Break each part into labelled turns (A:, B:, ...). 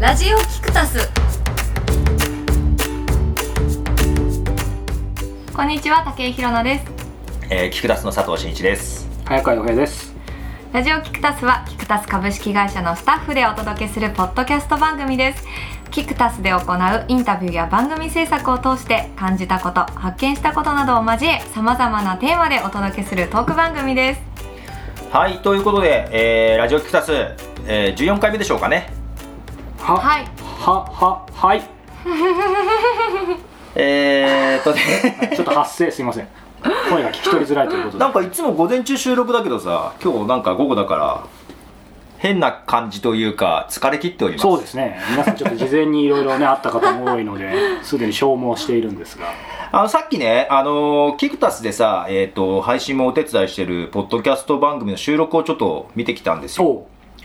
A: ラジオキクタスこんにちは竹井ひろなです
B: えー、キクダスの佐藤真一です。
C: 早川洋平です。
A: ラジオキクタスはキクタス株式会社のスタッフでお届けするポッドキャスト番組ですキクタスで行うインタビューや番組制作を通して感じたこと発見したことなどを交えさまざまなテーマでお届けするトーク番組です
B: はい、ということで、えー、ラジオキクダス、えー、14回目でしょうかね。
C: は、
A: はい
C: は、は、はい。
B: えー、っと ね、
C: ちょっと発声すいません。声が聞き取りづらいということで
B: な。んかいつも午前中収録だけどさ、今日なんか午後だから、変な感じというか、疲れ切っております。
C: そうですね。皆さんちょっと事前にいろいろね、あった方も多いので、すでに消耗しているんですが。
B: あの、さっきね、あのーキクタスでさ、えーっと、配信もお手伝いしてる、ポッドキャスト番組の収録をちょっと見てきたんですよ。
C: おう。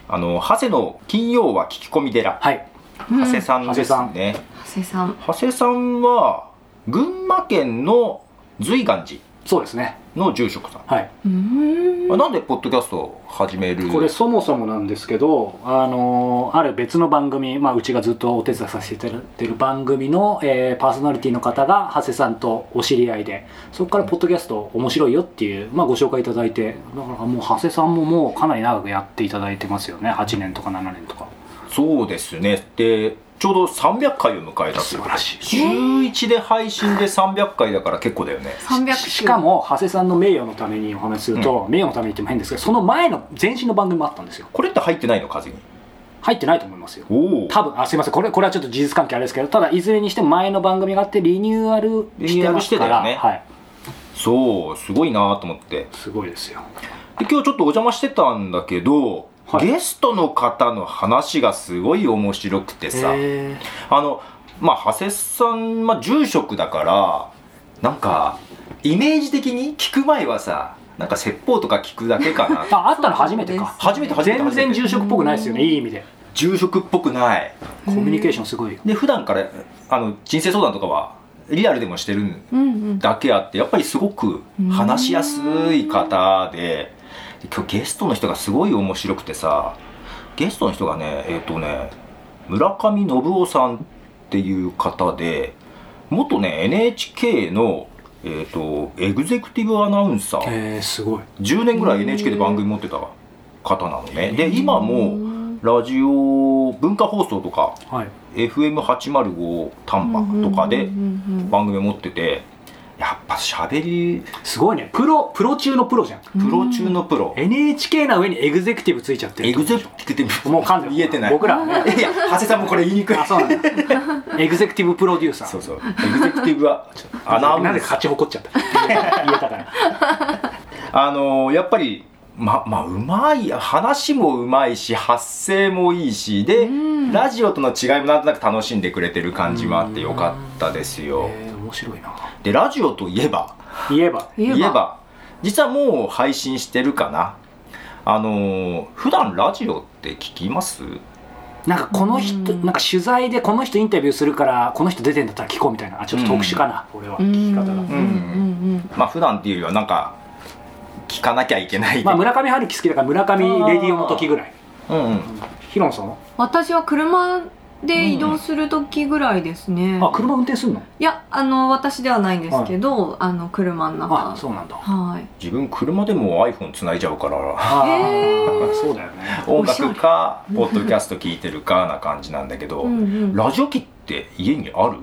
B: あの、長谷の金曜は聞き込み寺。
C: はい。
B: 長谷さんです
C: 長
B: ね。
A: 長谷さん
B: 長谷さんは、群馬県の随岩寺。
C: そうですね。
B: の住職さん、
C: はい。
A: うーん
B: あなんでポッドキャストを始める
C: これそもそもなんですけど、あのーある別の番組、まあ、うちがずっとお手伝いさせていただいてる番組の、えーパーソナリティの方が長谷さんとお知り合いでそこからポッドキャスト面白いよっていう、まあ、ご紹介いただいてだからもう長谷さんももうかなり長くやっていただいてますよね8年とか7年とか
B: そうですねでちょうど300回を迎えたとい
C: 素
B: う
C: 晴らしい
B: 週1で配信で300回だから結構だよね
A: 300
C: ししかも長谷さんの名誉のためにお話しすると、名誉のために言っても変ですけどその前の前身の番組もあったんですよ
B: これって入ってないの風に
C: 入ってないと思いますよ
B: おお
C: 多分あすいませんこれこれはちょっと事実関係あれですけどただいずれにしても前の番組があってリニューアルしてますか
B: リニューアルしてだよね
C: らはい
B: そうすごいなと思って
C: すごいですよ
B: で今日ちょっとお邪魔してたんだけど、
C: はい
B: ゲストの方の話がすごい面白くてさ、
C: へ
B: あのまあ長谷さん、まあ、住職だからなんかイメージ的に聞く前はさなんか説法とか聞くだけかな
C: ーああったの初めてか
B: 初めて初めて
C: 全
B: 初め
C: 然
B: て
C: 住職っぽくないですよねいい意味で
B: 住職っぽくない
C: コミュニケーションすごいよ
B: で普段からあの人生相談とかはリアルでもしてるん
A: うんうん
B: だけあってやっぱりすごく話しやすい方でで今日ゲストの人がすごい面白くてさゲストの人がねえっ、とね村上信夫さんっていう方で元ね NHK のえっ、とエグゼクティブアナウンサー
C: へえすごい
B: 10年ぐらい NHK で番組持ってた方なのねで今もラジオ文化放送とか
C: はい
B: FM805 丹波とかで
A: うんうんうんうん
B: 番組を持っててやっぱしゃべり
C: すごいねプロプロ中のプロじゃん
B: プロ中のプロ
C: NHK な上にエグゼクティブついちゃってる
B: エ
C: って
B: グ
C: こと
B: ゼ
C: でしょ
B: クティブ
C: もう噛んでる
B: 言えてない
C: 僕らはね
B: いや長谷さんもこれ言いにくい
C: あそうなん だエグゼクティブプロデューサー
B: そうそうエグゼクティブはちょっとアナウ
C: なん
B: ン
C: で
B: サー
C: 勝ち誇っちゃった言えた言えたから
B: あのーやっぱりままあうまい話もうまいし発声もいいしで
A: うん
B: ラジオとの違いもなんとなく楽しんでくれてる感じもあってよかったですよ
C: へえ面白いな
B: でラジオといえば
C: 言えば
B: 言えば実はもう配信してるかなあのー普段ラジオって聞きます
C: なんかこの人、
A: うん
C: なんか取材でこの人インタビューするからこの人出てんだったら聞こうみたいなあちょっと特殊かな、俺は
A: うん
C: 聞き方が、
A: うんうん
B: まあ普段っていうよりはなんか聞かなきゃいけない
C: まあ、村上春樹好きだから村上レディオの時ぐらい
B: うんうん
C: ヒロンさんは
A: 私は車で移動する時ぐらいですね、
C: あ車運転すんの
A: いやあの私ではないんですけど、あの車の
C: あ
A: 中
C: そうなんだ
A: はい
B: 自分車でも iPhone つないじゃうから
C: あ
A: へ
C: ーそうだよね
B: 音楽かポッドキャスト聞いてるかな感じなんだけど、
A: うんうん
B: ラジオ機って家にある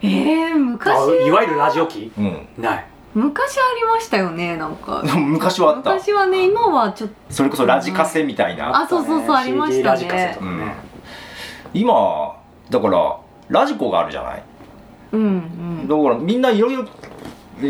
A: えー、
C: あ
A: 昔
C: いわゆるラジオ機
B: うん
C: ない
A: 昔ありましたよねなんか
B: 昔はあった
A: 昔はね今はちょっと
B: それこそラジカセみたいな
A: あそうそうそうありましたね
C: CD ラジカセとか
B: うん
C: ね、
B: 今だからラジコがあるじゃない
A: うん
B: だからみんないろいろ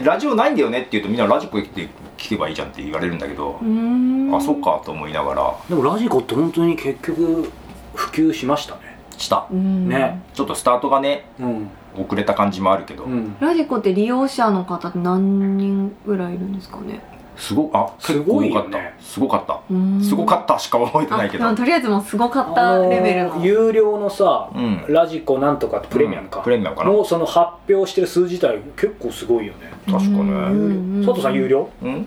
B: ラジオないんだよねって言うとみんなラジコ行って聞けばいいじゃんって言われるんだけど
A: う、んうーん
B: あそっかと思いながら
C: でもラジコって本当に結局普及しましたね
B: した
A: うん
C: ね
B: ちょっとスタートがね
C: うん、
B: 遅れた感じもあるけど、
C: うん、
A: ラジコって利用者の方って何人ぐらいいるんですかね
B: すごあ
C: す
B: 結
C: ご
B: 構
C: い
B: 多か
C: よ
B: った
C: ね
B: すごかった、
A: うーん
B: すごかったしか覚えてないけど
A: あでもとりあえずもうすごかったレベル
C: あ
A: の
C: の有料のさ、
B: うん
C: ラジコなんとかってプレミアムか、
B: うんプレミアムかな
C: のその発表してる数自体結構すごいよね、
B: 確か
A: うん
B: ね
C: 有料佐藤さん有料
B: うん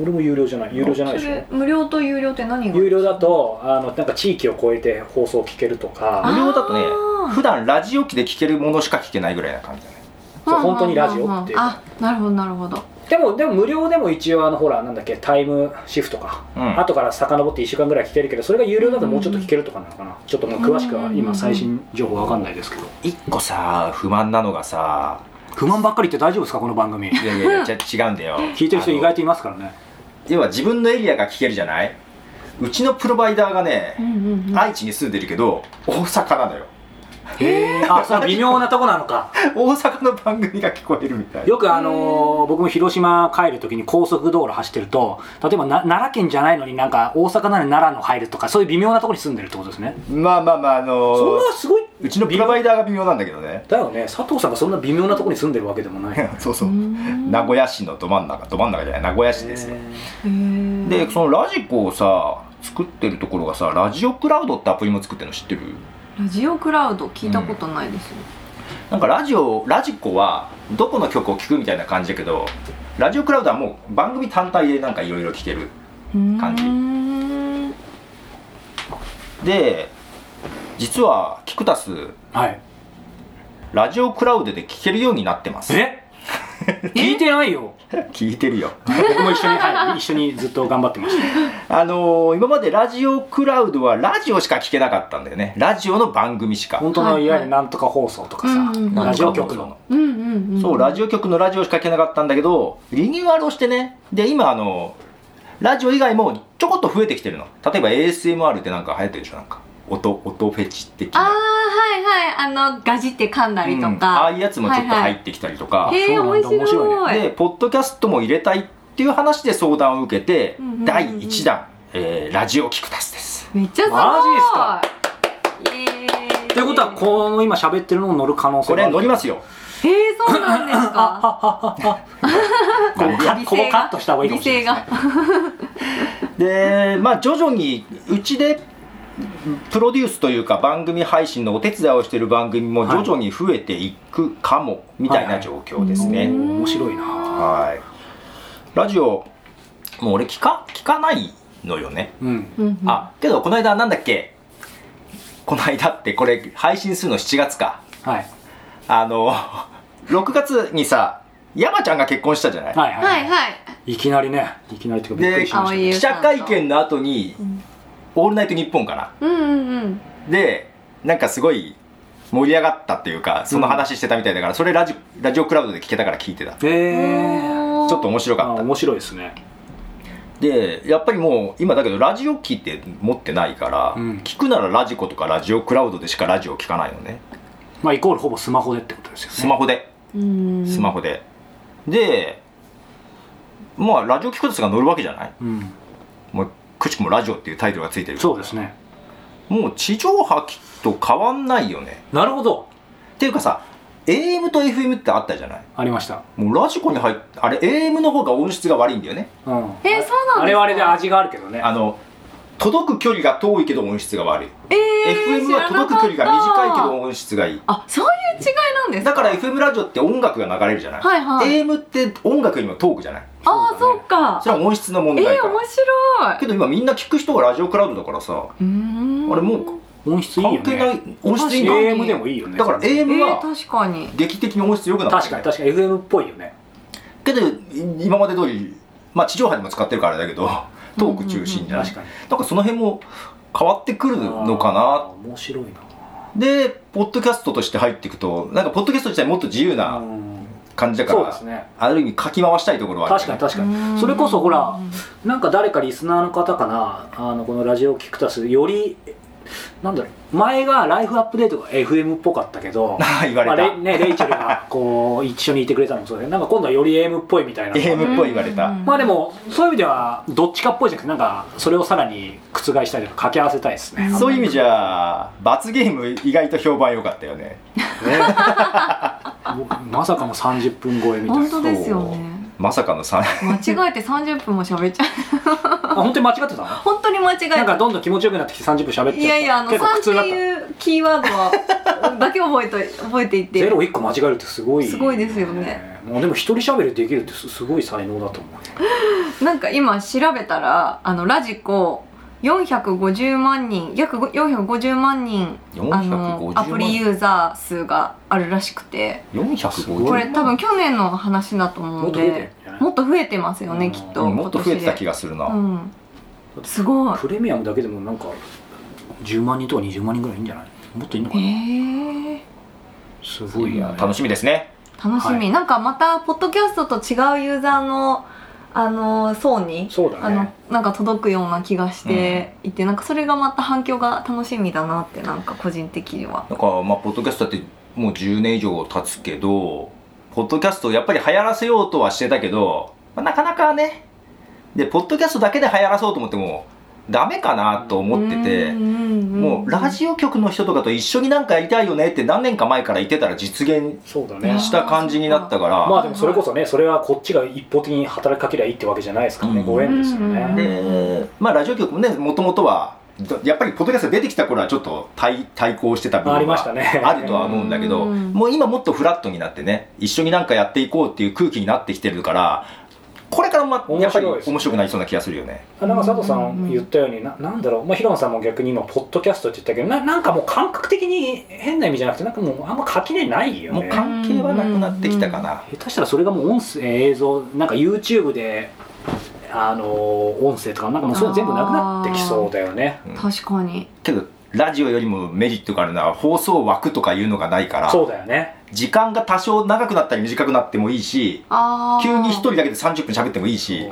C: 俺も有料じゃない有料じゃないで
A: そ
C: しょ
A: れ無料と有料って何が
C: 有料だとあのなんか地域を超えて放送を聞けると
A: あ
C: か
A: ー
B: 無料だとね普段ラジオ機で聴けるものしか聴けないぐらいな感じだね
C: そう本当にラジオっていう
A: あなるほどなるほど
C: でもでも無料でも一応あのほらなんだっけタイムシフトか、
B: うん
C: 後から遡って1週間ぐらい聞けるけどそれが有料だともうちょっと聞けるとかなのかな、ちょっともう詳しくは今最新情報わかんないですけど
B: 一個さ不満なのがさ
C: 不満ばっかり言って大丈夫ですかこの番組
B: いやいやいやちゃ違うんだよ
C: 聞いてる人意
B: あの
C: 外といますからね
B: 要は自分のエリアが聴けるじゃないうちのプロバイダーがね、
A: うんうんうん
B: 愛知に住んでるけど大阪なのよ
C: へえあその微妙なとこなのか
B: 大阪の番組が聞こえるみたい
C: よくあのー僕も広島帰るときに高速道路走ってると例えばな奈良県じゃないのになんか大阪なのに奈良の入るとかそういう微妙なとこに住んでるってことですね
B: まあまあまああの
C: そんなすごいう
B: ちのプロバイダーが微妙なんだけどね
C: だよね佐藤さんがそんな微妙なとこに住んでるわけでもない
B: そうそううん名古屋市のど真ん中ど真ん中じゃない名古屋市ですね
A: へー
B: でそのラジコをさ作ってるところがさラジオクラウドってアプリも作ってるの知ってる
A: ラジオクラウド聞いたことないですよ、
B: なんかラジオラジコはどこの曲を聴くみたいな感じだけどラジオクラウドはもう番組単体でなんかいろいろ聴ける感じ
A: うーん
B: で実はキクタス
C: はい
B: ラジオクラウドで聴けるようになってます
C: え聞いてないよ
B: 聞いてるよ
C: 僕も一緒に、はい、一緒にずっと頑張ってました
B: あのー今までラジオクラウドはラジオしか聞けなかったんだよねラジオの番組しか、
C: 本当
A: は
C: の
A: い
C: いわゆるなんとか放送とかさ、
A: うんうん
C: ラジオ局の
A: うんうんうん
B: そうラジオ局のラジオしか聞けなかったんだけどリニューアルをしてねで今あのラジオ以外もちょこっと増えてきてるの例えば ASMR ってなんか流行ってるでしょなんか音音フェチ的
A: ああ
B: な
A: はいはいあのガジって噛んだりとか、
B: うんああいうやつもちょっと
A: はいはい
B: 入ってきたりとか、
A: へえ
C: そうなん
A: 面
C: だ
A: 白い
C: 面白
B: でポッドキャストも入れたいっていう話で相談を受けて、
A: うんうんうんうん
B: 第1弾、えーラジオキクタスです
A: めっちゃすごい
C: マジっすか
A: イエーイ
C: ということはこの今喋ってるのも乗る可能性
B: こ
C: があ
B: れ
C: る
B: 乗りますよ
A: へえそうなんですか
C: ここカ
A: 美声が
C: ここカットした方がいいかもしれないですね
B: でまあ徐々にうちでプロデュースというか番組配信のお手伝いをしている番組も徐々に増えていくかも、みたいな状況ですね、
A: うん
C: 面白いな
B: はいラジオもう俺聞か聞かないのよね、
C: うん
A: うんうん
B: あけどこの間なんだっけこの間ってこれ配信するの7月か
C: はい
B: あの 6月にさ山ちゃんが結婚したじゃない、
C: はい
A: はい
C: は
A: はい
C: いいきなりねいきなりっていうかびっくり
B: で
C: しま
A: あいい
C: し
A: え
B: 記者会見の後に
A: ん
B: 「オールナイトニッポン」かな
A: うんうんうん
B: でなんかすごい盛り上がったっていうかその話してたみたいだから、それラジラジオクラウドで聞けたから聞いてたち
C: たへえ
B: ょっと面白かった
C: 面白いですね
B: でやっぱりもう今だけどラジオ機って持ってないから、
C: うん
B: 聞くならラジコとかラジオクラウドでしかラジオ聞かないのね
C: まあイコールほぼスマホでってことですよね
B: スマホで、
A: うん
B: スマホででまあラジオ聞くやつが乗るわけじゃない
C: うん
B: もうくしくもラジオっていうタイトルがついてる
C: そうですね
B: もう地上波機と変わんないよね
C: なるほど
B: っていうかさ AM と FM ってあったじゃない
C: ありました
B: もうラジコに入っあれ AM の方が音質が悪いんだよね
C: うん
A: えそうなんですか
C: あれはあれで味があるけどね
B: あの届く距離が遠いけど音質が悪い、
A: えー、
B: FM は届く距離が短いけど音質がいい
A: あそういう違いなんです
B: だから
A: あ
B: FM ラジオって音楽が流れるじゃない、
A: はいはい
B: AM って音楽よりも遠くじゃない
A: あーそうか
B: それは音質の問
A: え
B: 題だ
A: ー、
B: から、
A: 面白い
B: けど今みんな聞く人がラジオクラウドだからさ
A: うーん
B: あれもう
C: 音質いいよ
B: 関係ない
C: ね
B: 音質いい
A: 確か
B: の
A: に
C: AM でもいいよね
B: だから
A: え
B: AM
A: ー、
B: は
A: 確かに
B: 劇的に音質良くなった
C: 確
B: よ
C: か
B: ね
C: に確かに FM っぽいよね
B: けど今まで通りまあ地上波でも使ってるからあれだけどトーク中心じゃない、
C: 確かに
B: だからその辺も変わってくるのか
C: あ
B: な
C: ー面白いな
B: でポッドキャストとして入っていくとなんかポッドキャスト自体もっと自由な
C: うん
B: 感じだか
C: そう
B: ら、
C: ですね
B: ある意味かき回したいところはあるよ
C: 確かに確かにそれこそほらなんか誰かリスナーの方かなあのこのラジオキクタスよりなんだろう前がライフアップデートが FM っぽかった けど
B: 言われ
C: まあ
B: た、
C: レね、レイチェルがこう 一緒にいてくれたのもそうだけどなんか今度はより AM っぽいみたいな
B: AM っぽい言われた
C: まあでもそういう意味ではどっちかっぽいじゃなくてなんかそれをさらに覆したりとか掛け合わせたいですね
B: そういう意味じゃ罰ゲーム意外と評判良かったよね
C: まさかの30分超 えみたい
A: 本
C: な
A: 当ですよね
B: まさかの3
A: 間違えて30分も喋っちゃう
C: あ本当に間違ってたの
A: 本当に間違え
C: なん
A: た
C: かどんどん気持ちよくなってきて30分喋って
A: いやいやあの
C: 結構苦
A: 3
C: 痛だっ
A: っていうキーワードはだけ覚えて覚えてい
C: た
A: て
C: ゼロ1個間違えるってすごい
A: すごいですよね
C: なんもうでも一人喋りできるってすすごい才能だと思う
A: なんか今調べたらあのラジコ450万人約450万人あの
B: 450
A: アプリ
B: 万
A: ユーザー数があるらしくて
B: 450
A: これ多分去年の話だと思うの
C: もっと増えてる
A: で
C: んじゃない
A: もっと増えてますよね、
C: うん
A: きっ
B: う
A: と
B: んもっと増えてた気
A: が
B: がするな、
A: うんすごい
C: プレミアムだけでもなんか10万人とか20万人ぐらいいいんじゃないもっといいのか
A: へ
C: な、
A: え
C: すごい
B: い
C: よ
B: や
C: ね
B: 楽しみですね
A: 楽しみ、
C: はい
A: なんかまたポッドキャストと違うユーザーのあの層に
C: そうだ
A: あ
C: ね
A: のなんか届くような気がしていて、なんかそれがまた反響が楽しみだなってなんか個人的には
B: なんかまあポッドキャストだってもう10年以上経つけどポッドキャストをやっぱり流行らせようとはしてたけど、まあなかなかねでポッドキャストだけで流行らそうと思ってもダメかなと思ってて、も
A: も
B: うラジオ局の人とかと一緒になんかやりたいよねって何年か前から言ってたら実現
C: そうだ
A: いや
C: ね
B: した感じになったから、
C: まあでもそれこそねそれはこっちが一方的に働きかけりゃいいってわけじゃないですからね、
B: うん
C: ご縁ですよ
A: うん
C: ね、
B: でまあラジオ局もねもともとはやっぱりポッドキャスト出てきた頃はちょっと対対抗してた部分
C: あ
B: が
C: りましたね
B: あるとは思うんだけど、
A: うん
B: もう今もっとフラットになってね一緒になんかやっていこうっていう空気になってきてるからこれからまやっぱり
C: 面白いですね
B: 面白くなりそうな気がするよね
C: なんか佐藤さん言ったようにななんだろう、まあ、平野さんも逆に今ポッドキャストって言ったけどななんかもう感覚的に変な意味じゃなくてなんかもうあんま垣根ないよ
B: もう
C: ね
B: 関係はなくなってきたかな、
C: 下手したらそれがもう音声映像なんか YouTube であのー音声とかなんかもうそういうの全部なくなってきそうだよね
B: うん
A: 確かに
B: けどラジオよりもメリットがあるのは放送枠とかいうのがないから
C: そうだよね
B: 時間が多少長くなったり短くなってもいいし
A: あー
B: 急に一人だけで30分喋ってもいいし、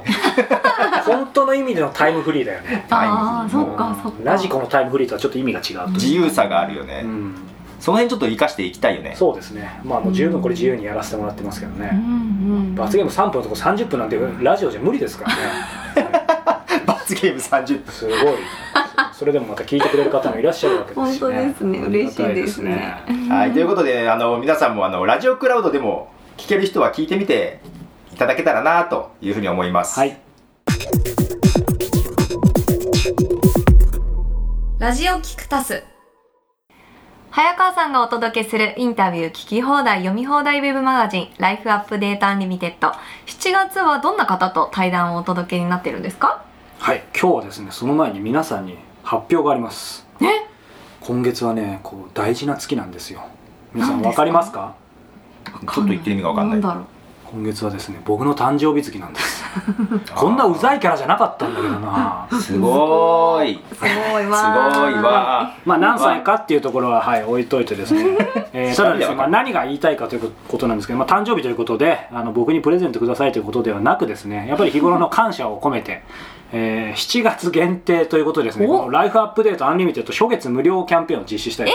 C: 本当の意味でのタイムフリーだよね
B: タイ
A: あー
B: ムズに
A: そ
B: も
A: っかそっか
C: ラジコのタイムフリーとはちょっと意味が違うと
B: 自由さがあるよね、
C: うん
B: その辺ちょっと生かしていきたいよね
C: そうですねまあもう十分これ自由にやらせてもらってますけど
A: うん
C: ね、
A: うん
C: 罰ゲーム3分のとこ30分なんてラジオじゃ無理ですか らね
B: 罰ゲーム30分
C: すごいそれでもまた聞いてくれる方もいらっしゃるわけです
A: 本
C: し、ね、
A: 当ですね嬉しいですね
C: ありがたい
B: はい、ということで、あの、皆さんも、あの、ラジオクラウドでも、聞ける人は聞いてみていただけたらなというふうに思います。
C: はい
A: ラジオキクタス早川さんがお届けするインタビュー聞き放題読み放題ウェブマガジン「ライフアップデータアンリミテッド」7月はどんな方と対談をお届けになってるんですか
C: はい、今日はですねその前に皆さんに発表があります
A: え
C: 今月はねこう大事な月なんですよ皆さん
A: 何ですか
C: 分かりますか
B: ちょっと言ってる意味がわかんない。
A: なんだろう
C: 今月はですね僕の誕生日月なんですこんなうざいキャラじゃなかったんだけどな
B: すごーい。
A: すごい
B: すごい
A: わー
B: わ
C: まあ何歳かっていうところは、はい、置いといてですね、 えーただですね、まあ、何が言いたいかということなんですけど、まあ、誕生日ということであの僕にプレゼントくださいということではなくですねやっぱり日頃の感謝を込めて、えー7月限定ということでですね
A: お
C: このライフアップデートアンリミテッド初月無料キャンペーンを実施したい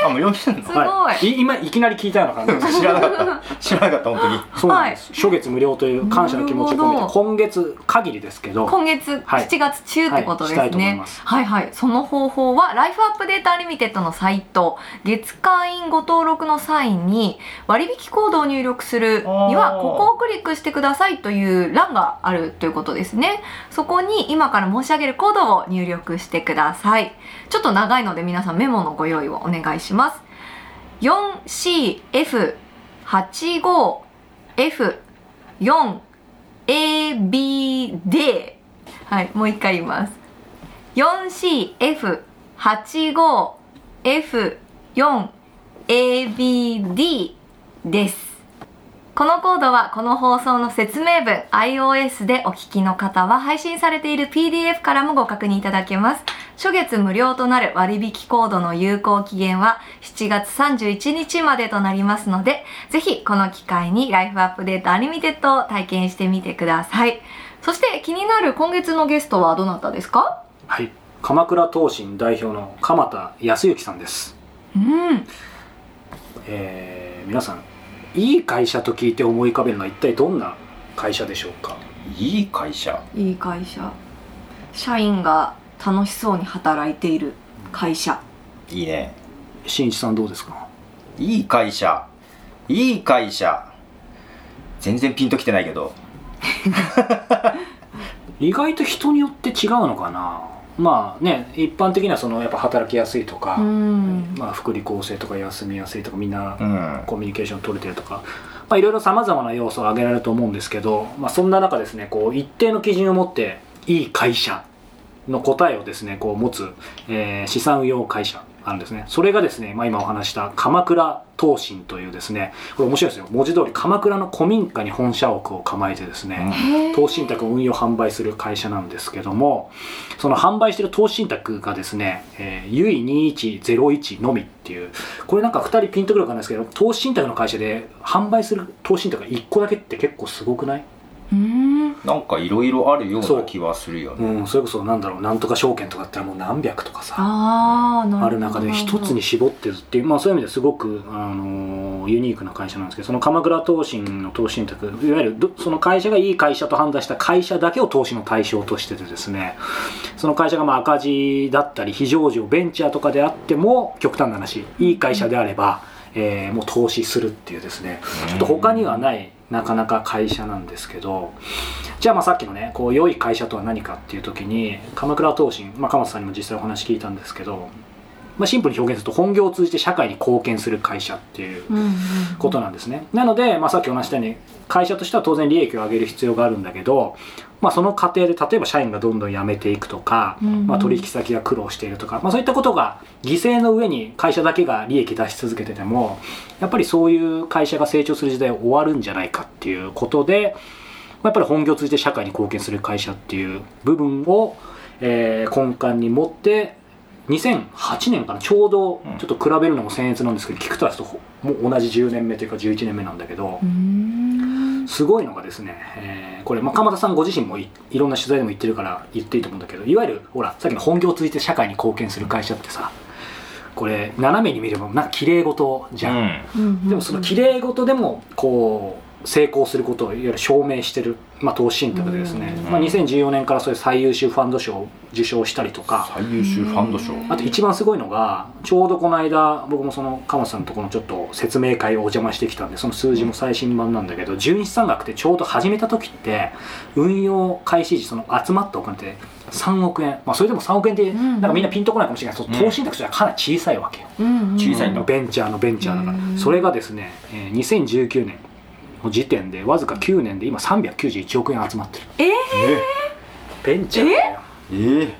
C: と思います、
B: ー。あ、もう読んでん
A: すごい、
C: はい、い今いきなり聞いたような感じで す
B: 知らなかった。知らなかった、本当に。
C: そうなんです、初月無料という感謝の気持ちを
A: な
C: 込
A: るほ
C: め
A: ど
C: て今月限りですけど
A: 今月
C: はい
A: 7月中ってことです
C: はいしたいと思い
A: ね
C: ます
A: はいはいその方法はライフアップデータリミテッドのサイト月会員ご登録の際に割引コードを入力するには
B: あー
A: ここをクリックしてくださいという欄があるということですねそこに今から申し上げるコードを入力してくださいちょっと長いので皆さんメモのご用意をお願いします 4CF85F4 ABD はいもう一回言います 4CF85F4ABD ですこのコードはこの放送の説明文 iOS でお聞きの方は配信されている PDF からもご確認いただけます初月無料となる割引コードの有効期限は7月31日までとなりますのでぜひこの機会にライフアップデートアニミテッドを体験してみてくださいそして気になる今月のゲストはどなたですか
C: はい鎌倉東進代表の鎌田康之さんです、
A: うん
C: えー皆さんいい会社と聞いて思い浮かべるのは一体どんな会社でしょうか
B: いい会社。
A: いい会社社員が楽しそうに働いている会社
B: いいね。
C: 新一さんどうですか
B: いい会社。いい会社。全然ピンときてないけど。
C: 意外と人によって違うのかなまあね一般的にはそのやっぱ働きやすいとか、
A: うん
C: まあ、福利厚生とか休みやすいとかみんな
B: うん。
C: コミュニケーション取れてるとかまあいろいろさまざまな要素を挙げられると思うんですけど、まあ、そんな中ですねこう一定の基準を持っていい会社の答えをですねこう持つ、えー資産運用会社あるんですねそれがですね、まあ、今お話した鎌倉東進というですねこれ面白いですよ文字通り鎌倉の古民家に本社屋を構えてですね、
A: へー
C: 投資信託を運用販売する会社なんですけどもその販売してる投資信託がですね、えー、ゆい2101のみっていうこれなんか2人ピンとくるかわかんないですけど投資信託の会社で販売する投資信託が1個だけって結構すごくないう
A: ーん
B: なんかいろいろあるよう
C: そ
B: な
C: う
B: 気はするよね
C: うんそれこそなんだろうなんとか証券とかだったらもう何百とかさ
A: ああなるほど
C: ある中で一つに絞ってるっていう、まあ、そういう意味ですごく、あのーユニークな会社なんですけどその鎌倉投信の投資信託いわゆるどその会社がいい会社と判断した会社だけを投資の対象としててですねその会社がまあ赤字だったり非常時をベンチャーとかであっても極端な話いい会社であれば、えーもう投資するっていうですねちょっと他にはないなかなか会社なんですけどじゃあまあさっきのねこう良い会社とは何かっていう時に鎌倉投信、まあ、鎌田さんにも実際お話聞いたんですけど、まあ、シンプルに表現すると本業を通じて社会に貢献する会社っていう
A: うんうん
C: ことなんですね、なので、まあ、さっきお話ししたように会社としては当然利益を上げる必要があるんだけど、まあ、その過程で例えば社員がどんどん辞めていくとか、
A: うんうん
C: まあ、取引先が苦労しているとか、まあ、そういったことが犠牲の上に会社だけが利益出し続けててもやっぱりそういう会社が成長する時代は終わるんじゃないかっていうことで、まあ、やっぱり本業を通じて社会に貢献する会社っていう部分を、えー根幹に持って2008年かなちょうど
B: うん
C: ちょっと比べるのも僭越なんですけど、聞くとはちょっともう同じ10年目というか11年目なんだけど
A: うー、ん
C: すごいのがですね、えーこれ、まあ、鎌田さんご自身もいいろんな取材でも言ってるから言っていいと思うんだけどいわゆるほらさっきの本業を通じて社会に貢献する会社ってさこれ斜めに見ればなんか綺麗事じ
B: う
C: ゃん、
B: ん
A: うんうんうん
C: でもその綺麗事でもこう成功することをいわゆる証明してる、まあ、投資信託でですね、
B: うん
C: まあ、2014年からそういう最優秀ファンド賞を受賞したりとか、
B: 最優秀ファンド賞
A: うん
C: あと一番すごいのがちょうどこの間僕もその鎌田さんのところのちょっと説明会をお邪魔してきたんでその数字も最新版なんだけど純資産額ってちょうど始めた時って運用開始時その集まったお金って3億円、まあ、それでも3億円って
A: うん
C: なんかみんなピンとこないかもしれないけど
B: うん
C: 投資信託としてはかなり小さいわけよ、
A: うんうん
B: 小さいんだ
C: ベンチャーのベンチャーだか
A: うん
C: らそれがですねえー2019年の時点でわずか9年で今391億円集まってる
A: えー
C: ベンチャーだよ
B: ええ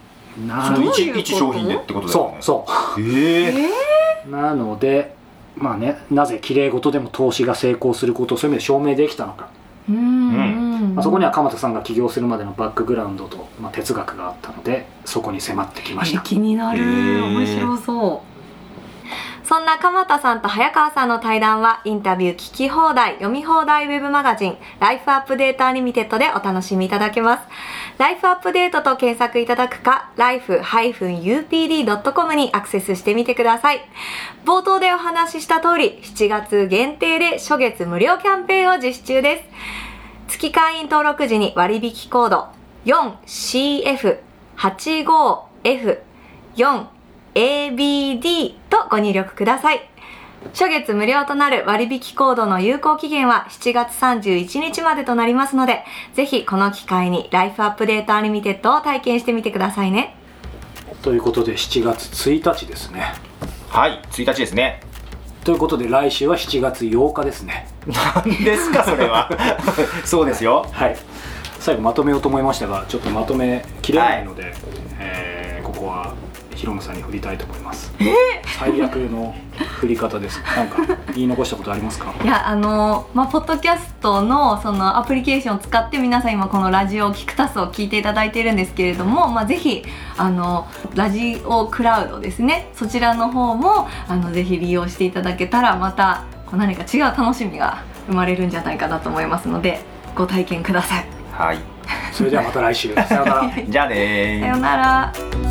C: な
B: そ
C: の
B: の
A: どういうこと
B: 一一商品でってことだよ
C: そ
B: ね
C: うそう
B: うええ
A: え
C: なのでまあねなぜ綺麗事でも投資が成功することをそういう意味で証明できたのか、
A: ーうんうん
C: まあ、そこには鎌田さんが起業するまでのバックグラウンドと、まあ、哲学があったのでそこに迫ってきまし
A: え
C: た
A: ー気になる、
B: へー
A: 面白そうそんな鎌田さんと早川さんの対談はインタビュー聞き放題読み放題ウェブマガジン「ライフアップデータリミテッド」でお楽しみいただけますライフアップデートと検索いただくか life-upd.com にアクセスしてみてください冒頭でお話しした通り7月限定で初月無料キャンペーンを実施中です月会員登録時に割引コード 4CF85F4ABD とご入力ください。初月無料となる割引コードの有効期限は7月31日までとなりますので、ぜひこの機会にライフアップデートアニミテッドを体験してみてくださいね。
C: ということで7月1日ですね
B: はい1日ですね
C: ということで来週は7月8日ですね
B: 何ですかそれ はそうですよ
C: はい最後まとめようと思いましたがちょっとまとめきれないので、えーここはヒロムさんに振りたいと思います、最悪の振り方ですなんか言い残したことありますか
A: いや、あの、まあ、ポッドキャストのそのアプリケーションを使って皆さん今このラジオキクタスを聞いていただいているんですけれども、まあ、ぜひ、あの、ラジオクラウドですね、そちらの方も、あの、ぜひ利用していただけたら、また、こう何か違う楽しみが生まれるんじゃないかなと思いますので、ご体験ください。
B: はい
C: それではまた来週さようなら
B: じゃあねー
A: さようなら。